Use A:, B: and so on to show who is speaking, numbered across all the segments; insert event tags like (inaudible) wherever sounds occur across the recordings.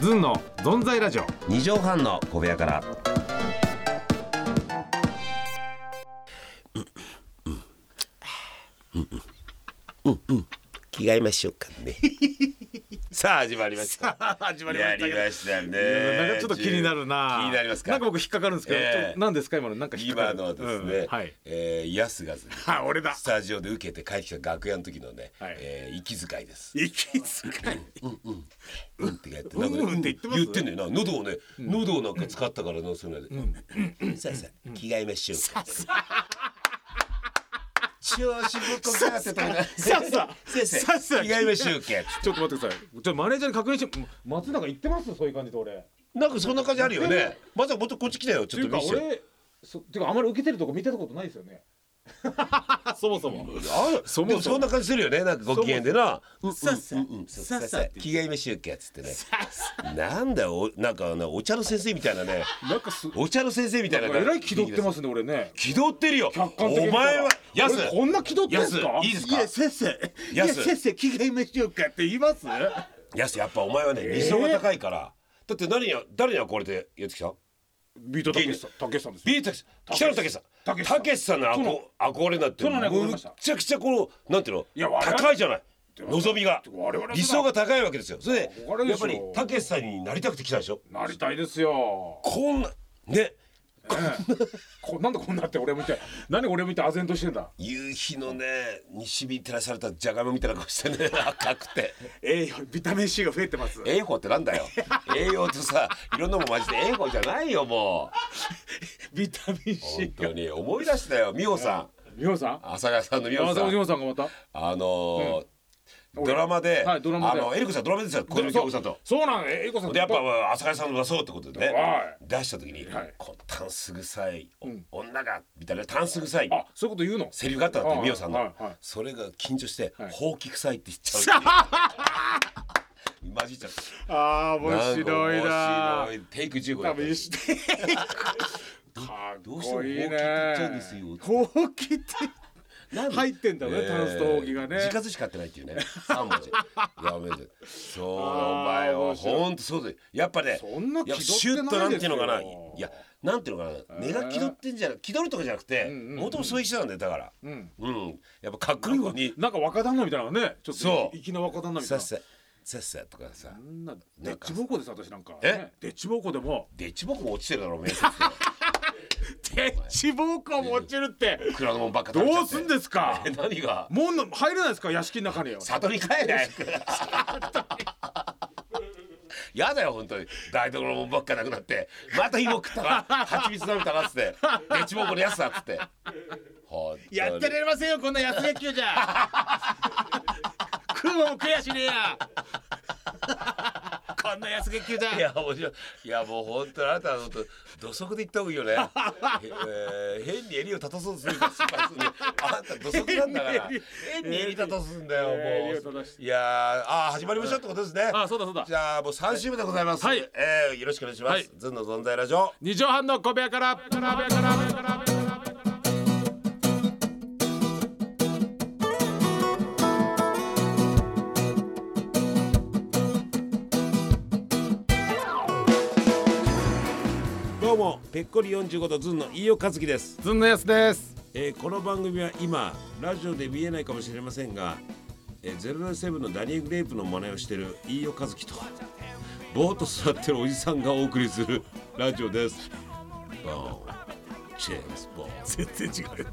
A: ずんのぞんざいラジ
B: (laughs)
A: オ
B: 二畳半の小部屋から。着替えましょうかね。さあ始まりました。
A: 始
B: やりましたね。
A: なんかちょっと気になるな
B: 気になりますか。
A: なんか僕引っかかるんですけど、
B: ええ
A: ちょ何ですか今の (laughs) なんか引っかか
B: 今
A: る
B: のはですね、
A: うん
B: (laughs)
A: はい
B: えー、ヤスがですね
A: (laughs) あ俺だ
B: スタジオで受けて帰ってきた楽屋の時のね、
A: はい
B: えー息遣いです。
A: 息遣い
B: うんってやって、
A: うんうん
B: なんかね
A: って言ってます
B: 言ってんだよな。喉をね、喉をなんか使ったからな、それで。さあさあ、着替えましょうか。調子ぶっこかってたから。
A: さあさあ
B: 先生、
A: さあさあ
B: 着替えましょうか。
A: ちょっと待ってくださいちょっとマネージャーに確認して松永言ってますそういう感じで俺
B: なんかそんな感じあるよね。まずはもっとこっち来たよ。ち
A: て
B: ょ
A: い
B: っ
A: う
B: と
A: か
B: 見せて。
A: 俺そていうかあまり受けてるとこ見てたことないですよ
B: (laughs)
A: ねそもそも
B: ある
A: そもそも
B: でもそんな感じするよねなんかご機嫌でなうんうん
A: さっさ
B: うんうんさ
A: さ
B: っ
A: っさ
B: ささ着替えましょうかっつってね
A: さあさ
B: なんだよおなんかあのお茶の先生みたいな
A: (laughs)
B: ね
A: あなんかす
B: お茶の先生みたいな
A: なんかえらい気取ってますすね俺ね
B: 気取ってるよ
A: 客観的に
B: お
A: 見たら
B: 前はやす
A: 俺こんな気取ってんすか
B: やすいいですか
A: や先生い
B: や
A: や
B: す
A: 先生着替えましょうかって言います
B: やすやっぱお前はね理想が高いからだって何や誰に憧れてやってきた
A: ビートたけしさんたけしさんですよ
B: ビートたけし北野武さ
A: た
B: ん
A: けしさん
B: たけしさんの憧憧れになって
A: そのね憧れ
B: む
A: ま
B: っ
A: した
B: ちゃくちゃこのなんていう
A: いや
B: の
A: 我々
B: 高いじゃない望みが
A: 我々の
B: 理想が高いわけですよそれ
A: 憧れ
B: で
A: で
B: やっ
A: しょ
B: ぱりたけしさんになりたくて来たでしょ
A: なりたいですよ
B: こんなね
A: ええこなんでこんなって俺見て何俺見て唖然としてんだ
B: 夕日のね西日に照らされたじゃがいもみたいな顔してね (laughs) 赤くて
A: 栄養ビタミン C が増えてます
B: 栄養ってなんだよ栄養とさいろんなもんマジで栄養じゃないよも
A: ビタミン
B: う本
A: C
B: 当に思い出したよ美穂さん
A: 美穂さん
B: 朝香さんの美
A: あ
B: 穂さ
A: そう美
B: ん
A: 穂さんがまた
B: あの
A: ん
B: ードラマで、
A: はいドラマで
B: あのエリコさんドラマですよ小泉京子さんと。
A: そうなのえいこさん
B: でやっぱ朝香さんのそうってことでね
A: は
B: 出した時に
A: はい
B: 「こうタンス臭いお女が」みたいな「タンス臭い」
A: あそういうこと言うの
B: セリフがあったんだって
A: はい
B: 美穂さん
A: は
B: の
A: いはい
B: それが緊張して「
A: はい
B: ほうき臭い」って言っちゃう
A: (laughs)
B: マジっちゃう
A: ああ面白い
B: なんか
A: な
B: 面白いテイク15だ
A: 多
B: った
A: 分一緒かっ
B: どうしてもほ
A: こ
B: うき
A: いい
B: って言
A: ね
B: っちゃうんですよ
A: ほうきって
B: なんで
A: 入ってんだろうねタンスとほうきがね
B: 自活しか買ってないっていうね3文字
A: (laughs)
B: やめてそうお
A: あー
B: 前は
A: 面白い
B: ほんとそうでやっぱね
A: そんな気取ってない
B: やっぱ
A: ですよ
B: シュッとなんていうのかないやなんていうのかな目が気取ってんじゃな気取るとかじゃなくて
A: んうんうん
B: もともそういう人なんだよだから
A: うん
B: うんやっぱかっこいい方に
A: なんか若旦那みたいなのねちょっ
B: そ
A: と
B: う
A: 粋な若旦那みた
B: さ
A: い
B: っ
A: な
B: ささっさとかさ
A: そんな
B: な
A: で
B: ん
A: っ
B: か
A: ち奉公です私なんか、ね、
B: え
A: でっち奉公でも
B: でっちぼこも落ちてるだろおめえ
A: でっち奉公も落ちるって
B: 蔵のもんばっか食べちゃ
A: ど
B: っ
A: う
B: て
A: すんですか
B: 何が
A: 門の入れないですか屋敷の中によ
B: 里に帰れやだよ本当に台所もばっかなくなってまた芋食ったら蜂蜜食べたらっつってでっちぼこのやつだっつってほんとに
C: やってられませんよこんな安月給じ
A: (laughs)
C: ゃ食うもんも悔しねえやこんな安月給じゃ
B: いや面白いいやもう本当にあなたは本当土足で行った方がいいよね、えー変に襟を立たそうとするから失敗するねあんた土足なんだか
A: (laughs)
B: ら
A: 変に
B: 変に襟立たすんだよもう、
A: えー襟を正して
B: いやーあー始まりましょうってことですね、
A: あそうだそうだ
B: じゃあもう三週目でございます。
A: はい
B: えーよろしくお願いしま
A: は
B: す
A: い。
B: ずんの存在ラジオ。
A: 二畳半の小部屋から小部屋から小部屋から
B: どうもぺっこり四十五度ずんの飯尾和樹です、
A: ずんのやすです
B: えーこの番組は今ラジオで見えないかもしれませんが、えー、ゼロセブンのダニエルグレープの真似をしている飯尾和樹とぼーっと座ってるおじさんがお送りするラジオです。ボーンチェームスボーン。
C: 全然違う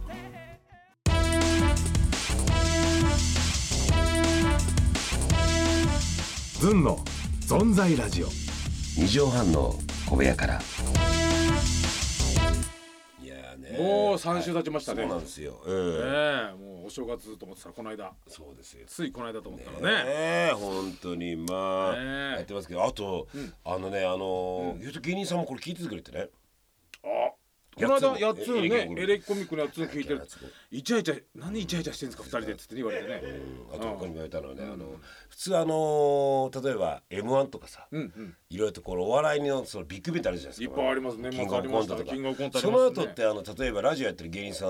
A: ずんの存在ラジオ
B: 二畳半の小部屋から。いやーねー。
A: もう三週経ちましたね
B: そうなんですよ。え
A: ね
B: ー
A: えもうお正月と思ってたこの間
B: そうですよ。
A: ついこの間と思った
B: ね
A: らね
B: え本当にまあ、
A: ねえ
B: やってますけどあと、あのねあの、言うと芸人さんもこれ聞いててくれてね
A: あこの間やっつん
B: やっ
A: ね
B: つん
A: エレキコミックのやっつん聞いてる
B: やっつん
A: イチャイチャ何イチャイチャしてんですか二人でっつってね言われてね
B: あと他にも言われたのはね、あの普通あのー例えば M1 とかさ、
A: うんうん
B: いろいろとこのお笑いのそのビッグイベントあるじゃないです
A: い
B: か。
A: っぱいありますね
B: キングオブコントとか。
A: キングオブコントあり
B: そ
A: ます
B: の
A: ね
B: 後ってあの例えばラジオやってる芸人さん、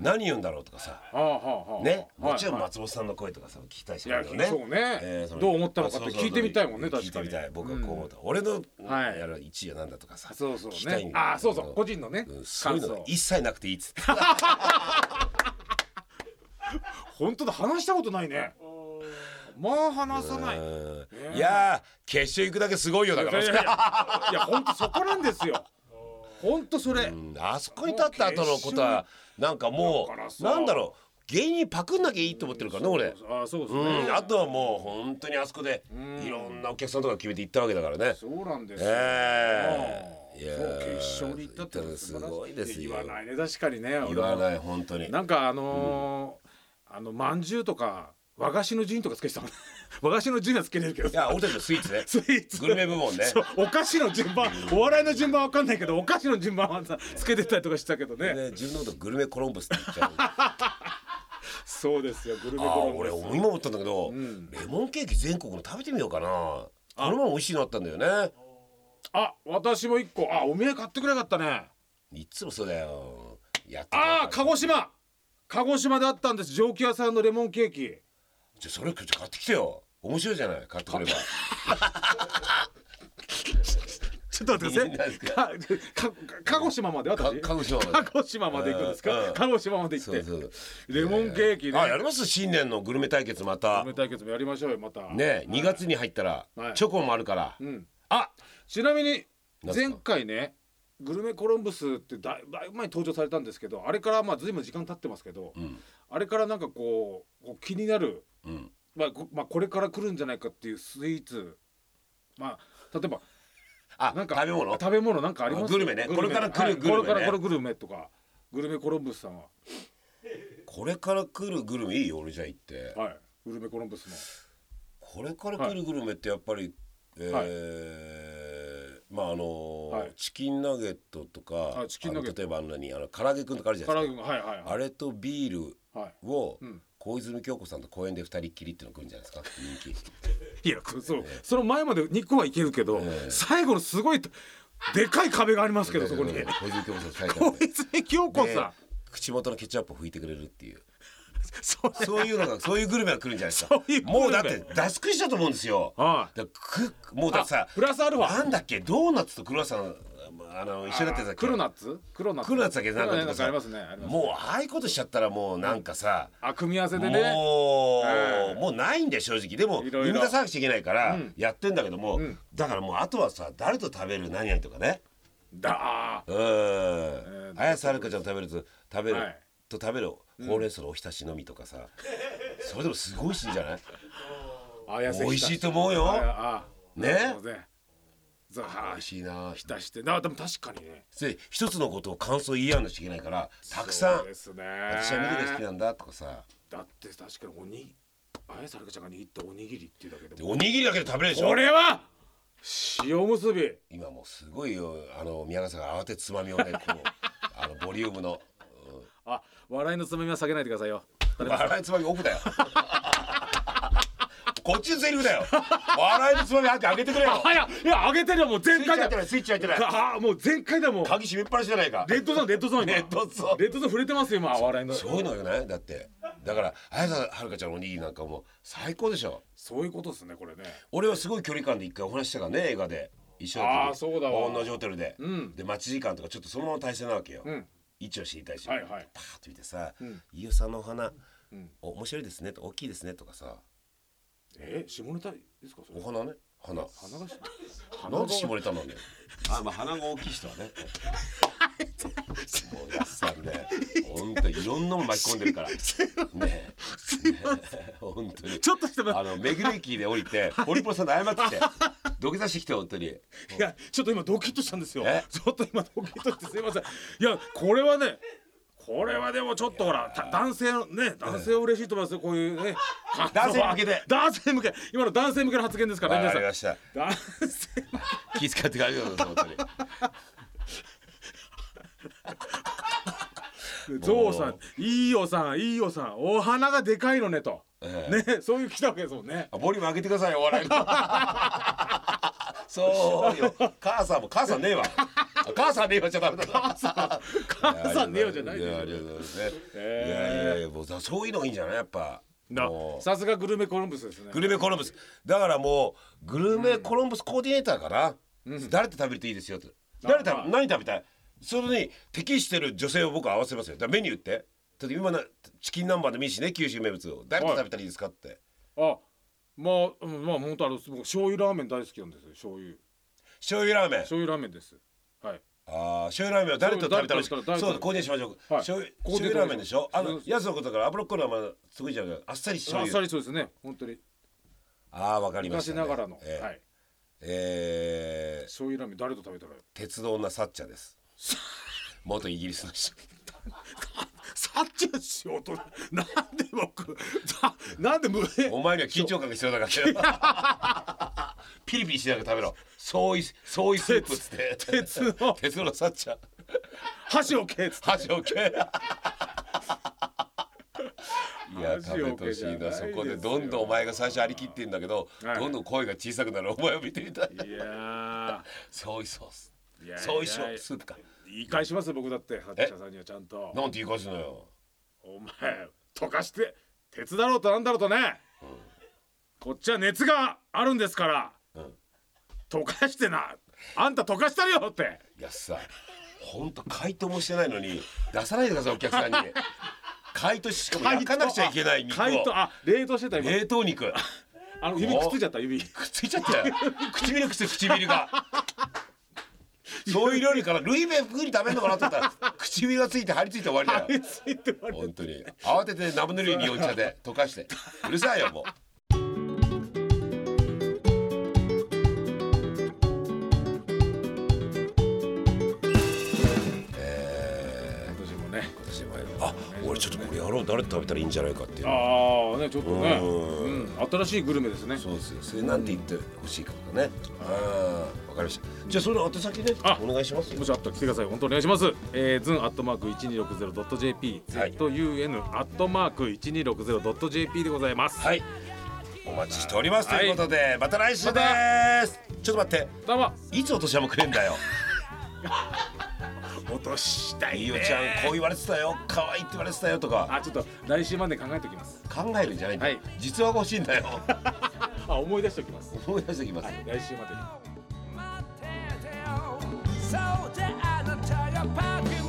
A: ん
B: 何言うんだろうとかさ、
A: ああはあはあ
B: ね、
A: はい
B: もちろん
A: はい
B: 松本さんの声とかさ聞きたいし
A: いやそうね
B: その
A: どう思ったのかって
B: あそうそう
A: 聞いてみたいもんね
B: そう
A: 確かに
B: 聞いてみたい。僕はこう思った。俺の
A: はい
B: やる一位はなんだとかさ。
A: そうそう
B: 聞きたい
A: ね
B: んだよ
A: ああそうそう個人のね
B: うんそうい
A: 感
B: うの
A: 想
B: が一切なくていいっつって。
A: 本当だ話したことないねまあ話さない
B: うんいやー決勝行くだけすごいよだか
A: いやいやい
B: ら。
A: やいや本当そこなんですよ本当それ、
B: うんあそこに立った後のことはなんかも
A: だから
B: う
A: さ
B: なんだろう芸人パクんなきゃいいって思ってるからね俺。
A: あそうですね、
B: うん、あとはもう本当にあそこでいろんなお客さんとか決めて行ったわけだからね。
A: そうなんですよ、
B: ええ
A: いやそう決勝に行ったってのは素晴らし
B: すごいですよ
A: や言わないね確かにね
B: 言わ
A: い
B: ない本当に。
A: なんかあのーあのまんじゅうとか和菓子の順とかつけてたもん (laughs) ね和菓子の順はつけれるけど
B: いや俺たちのスイーツね。
A: スイーツ
B: グルメ部門ね。
A: そうお菓子の順番お笑いの順番わかんないけどお菓子の順番はさつけてたりとかしたけどね
B: ね自分のことグルメコロンブスって言っちゃう。あ
A: そうですよグルメコ
B: あ
A: ロ
B: ー
A: ン
B: 俺
A: ブス
B: 今思ったんだけど、
A: ん
B: レモンケーキ全国の食べてみようかな。このまま美味しいのあったんだよね。
A: あ私も一個あお土産買ってくれなかったね
B: いつもそうだよ。やって
A: ああ鹿児
B: 島。
A: 島鹿児島であったんです蒸気屋さんのレモンケーキ
B: じゃあそれ買ってきてよ。面白いじゃない。買ってくれば。
A: ちょっと待ってくださいかか鹿児島まで
B: か
A: 私
B: 鹿児島まで
A: 鹿児島まで行くんです
B: うん
A: か鹿児島まで行っ
B: そう
A: て
B: そう。
A: レモンケーキね
B: あやります新年のグルメ対決また
A: グルメ対決もやりましょうよまた
B: ね2月に入ったら
A: はい
B: チョコもあるから
A: うん
B: あ
A: ちなみに
B: なんすか
A: 前回ねグルメコロンブスってだいだいぶ前に登場されたんですけどあれからまあずいぶん時間経ってますけど
B: うん
A: あれからなんかこうこう気になる
B: うん
A: まあこまあこれから来るんじゃないかっていうスイーツまあ例えば
B: あ
A: なんか
B: 食べ物
A: 食べ物なんかあります
B: グルメねこれから来るグルメ
A: は
B: ね
A: いこれから来るグルメとかグルメコロンブスさんは
B: これから来るグルメいいよ俺じゃあ行って
A: はいグルメコロンブスの
B: これから来るグルメってやっぱりえーまああの
A: はい
B: ーチキンナゲットとか
A: あチキンナゲッ
B: あの例えばあの何あの唐揚げくんとかあるじゃ
A: 唐
B: ない
A: 揚
B: で
A: げ
B: す
A: もはいはい
B: かあ
A: は
B: れとビール
A: いはい
B: を
A: うん
B: 小泉京子さんと公園で二人っきりっての来るんじゃな
A: (laughs)
B: いですか人気
A: いやこそうその前まで2個はいけるけど、最後のすごいでかい壁がありますけどそこに
B: うん小泉京子さん最
A: 小泉京子
B: で
A: さん
B: 口元のケチャップを拭いてくれるっていう
A: それ
B: そういうのがそういうグルメが来るんじゃないですか
A: そういうグルメ
B: もうだって脱出したと思うんですよ
A: は
B: だからくもうだってさ
A: あプラスアルファ
B: なんだっけドーナツとクロワッサンあの一緒になってた
A: あ黒
B: ナ
A: ナッツ黒ナッツ
B: 黒ナッツだっけなんか
A: 黒ナッツありますねありますね
B: もうああいうことしちゃったらもうなんかさ、
A: あ組み合わせでね
B: も
A: え
B: う
A: え
B: もうないんだよ正直でも
A: いろい
B: 生
A: ろ
B: み出さなくちゃいけないから
A: うん
B: やってんだけども、
A: うん
B: だからもうあとはさ誰と食べる何々とかね
A: だあ
B: うん、
A: ー
B: 綾瀬はるかちゃんと食べると食べる、
A: はい
B: と食べるほうれん草のおひたしのみと
A: (laughs)
B: かさ、それでもすごいしいんじゃない
A: ー綾瀬
B: 美味しいと思う
A: あ
B: よ
A: あ
B: ね
A: なるほどねザ
B: 美
A: あ
B: 味しいな
A: 浸してなでも確かにね
B: で一つのことを感想言い合うのしちゃいけないからたくさん
A: そうですね
B: 私は緑が好きなんだとかさ
A: だって確かにおに綾瀬はるかちゃんが握ったおにぎりっていうだけで
B: でおにぎりだけで食べれるでしょ
A: これは塩結び
B: 今もうすごいよあの宮川さんが慌ててつまみをねこ
A: (laughs)
B: うあのボリュームの
A: あ笑いのつまみは下げないでくださいよ
B: 笑いつまみ奥だよこっちのセリフだよ笑いのつまみあってあげてくれよ
A: あいやいや上げてるよもう全
B: スイッチ
A: 開
B: 入って
A: だ
B: ないスイッチ入ってない
A: あもう全開だもう
B: 鍵閉めっぱなしじゃないか
A: レッドゾーンレッドゾーン今
B: レッドゾーン
A: レッドゾーン触れてますよ今笑いの
B: すごいのよねだってだから綾瀬はるかちゃんのおにぎりなんかもう最高でしょ
A: そういうことですねこれね
B: 俺はすごい距離感で一回お話ししたからね映画で一緒
A: あーそうだわ
B: 同じホテルで、
A: うん
B: で待ち時間とかちょっとそのまま体制なわけよ、
A: うん
B: 位置を知りたいし、
A: はいはい
B: パーッと見てさ「
A: ん
B: 飯尾さんのお花、
A: うん
B: お面白いですね」と「大きいですね」とかさ
A: え下ネタですかそ
B: お
A: れ
B: 花ね花
A: 鼻がし鼻
B: な
A: が
B: んで絞れた
A: (laughs)
B: のねあまあ鼻が大きい人はねもうやっさんね本当いろんなもん巻き込んでるからねえねえ本当に
A: ちょっとしてま
B: あの目黒駅で降りてホリプロさんと謝ってきて土下座してきて本当に
A: いやちょっと今ドキッとしたんですよ
B: え
A: ちょっと今ドキッとしてすいませんいやこれはねこれはでもちょっとほらた男性のね男性は嬉しいと思いますよこういうね
B: 男性に向けて
A: 男性向け今の男性向けの発言ですからね
B: わ
A: 皆
B: か
A: さ
B: り
A: ん
B: ました
A: 男性
B: 気遣ってくれてありがとうございます本当に
A: ゾウさんいいよさんいいよさんお花がでかいのねと
B: ええ
A: ねそういう来たわけですもんね
B: あボリューム上げてくださいよお笑いのそうよ母さんも母さんねえわあ母さんねえわじゃダメだ母さん
A: 母さんねえよじゃない
B: や
A: で
B: ありがとうございますね
A: え
B: いやいやいやもうだそういうのがいいんじゃないやっぱ
A: な
B: もう
A: さすがグルメコロンブスですね
B: グルメコロンブスだからもうグルメコロンブスコーディネーターかな、誰と食べるといいですよって誰食べ
A: あ
B: 何食べたいそれに適してる女性を僕は合わせますよだからメニューって例えば今のチキン南蛮でもいいしね九州名物を誰と食べたらいいですかって、
A: あまあうんまあ本当あの僕醤油ラーメン大好きなんですよ醤油
B: 醤油ラーメン
A: 醤油ラーメンですはい
B: ああ、醤油ラーメンは誰と食べたら美味しい。
A: 誰と
B: そ
A: 誰と
B: うだ、購入しましょう。
A: はい
B: 醤油
A: 購入
B: 醤油ラーメンでしょ。あの
A: そう、
B: やつのことだから、油っこいのはまだ得意じゃない。あっさり醤
A: あっさ
B: 油。
A: りそうですね本当に
B: ああ、わかりまし
A: 昔
B: た、ね。
A: ながらの
B: えー
A: はい
B: えー
A: 醤油ラーメン誰と食べたら
B: 鉄道なサッチャーです。元イギリスの人。
A: サッチャーしようとなんで僕さなんで無礼
B: お前には緊張感が必要だから。
A: (laughs)
B: ピリピリしながら食べろ。ソーイ、ソーイスープっつって。
A: 鉄の
B: 鉄道のサッチャー。
A: 箸をけっつって
B: 箸置け。いや
A: 箸
B: 食べ
A: 置
B: てほ
A: けじ
B: し
A: ゃないい
B: な
A: です
B: そ
A: よ
B: こでどんどんお前が最初張り切ってんだけど、
A: はい
B: どんどん声が小さくなるお前を見てみたい
A: いや
B: ソイソース
A: いやいやいや
B: ソイソースープか
A: 言い返しますよ僕だってサッチャーさんにはちゃんと
B: なんて言い返すのよ
A: お前溶かして鉄だろうとなんだろうとね、こっちは熱があるんですから、
B: ん
A: 溶かしてなあんた溶かしたるよって
B: いやさほんと回答もしてないのに出さないでくださいお客さんに回答ししかも焼かなくちゃいけない肉を
A: 解凍あ冷凍してた今
B: 冷凍肉
A: あの指くっついちゃった指
B: くっついちゃったよ唇くっつい唇がそういう料理からルイベふっくり食べるのかなと思ったら唇がついて張り付いて終わりだよ
A: あれついて割れ
B: 本当に慌てて生ぬるい日本茶で溶かしてうるさいよもう
A: 今年もね
B: えー今年もやるあ俺ちょっとこれやろう誰と食べたらいいんじゃないかっていう
A: ああねちょっとね
B: う
A: うん新しいグルメですね
B: そうですよそれなんて言ってほしいかとかねああわかりましたじゃあその後先で
A: あ
B: お願いします
A: もしあったら来てください。本当お願いします。えー、ズンアットマーク一二六ゼロドット jp、
B: はい
A: z u n アットマーク一二六ゼロドット jp でございます。
B: はいお待ちしておりますと
A: はい
B: いうことで、また来週で
A: ま
B: ーすちょっと待って
A: どうも。
B: いつお年玉くれんだよ
A: (laughs) 落とした
B: いいよちゃんこう言われてたよ可愛いって言われてたよとか
A: あ、ちょっと来週まで考えておきます。
B: 考えるんじゃないんだよ、
A: はい
B: 実話が欲しいんだよ
A: あ、思い出しておきます。
B: 思い出しておきます、
A: はい、来週までに。
D: 待っててよそうであなたがパーティー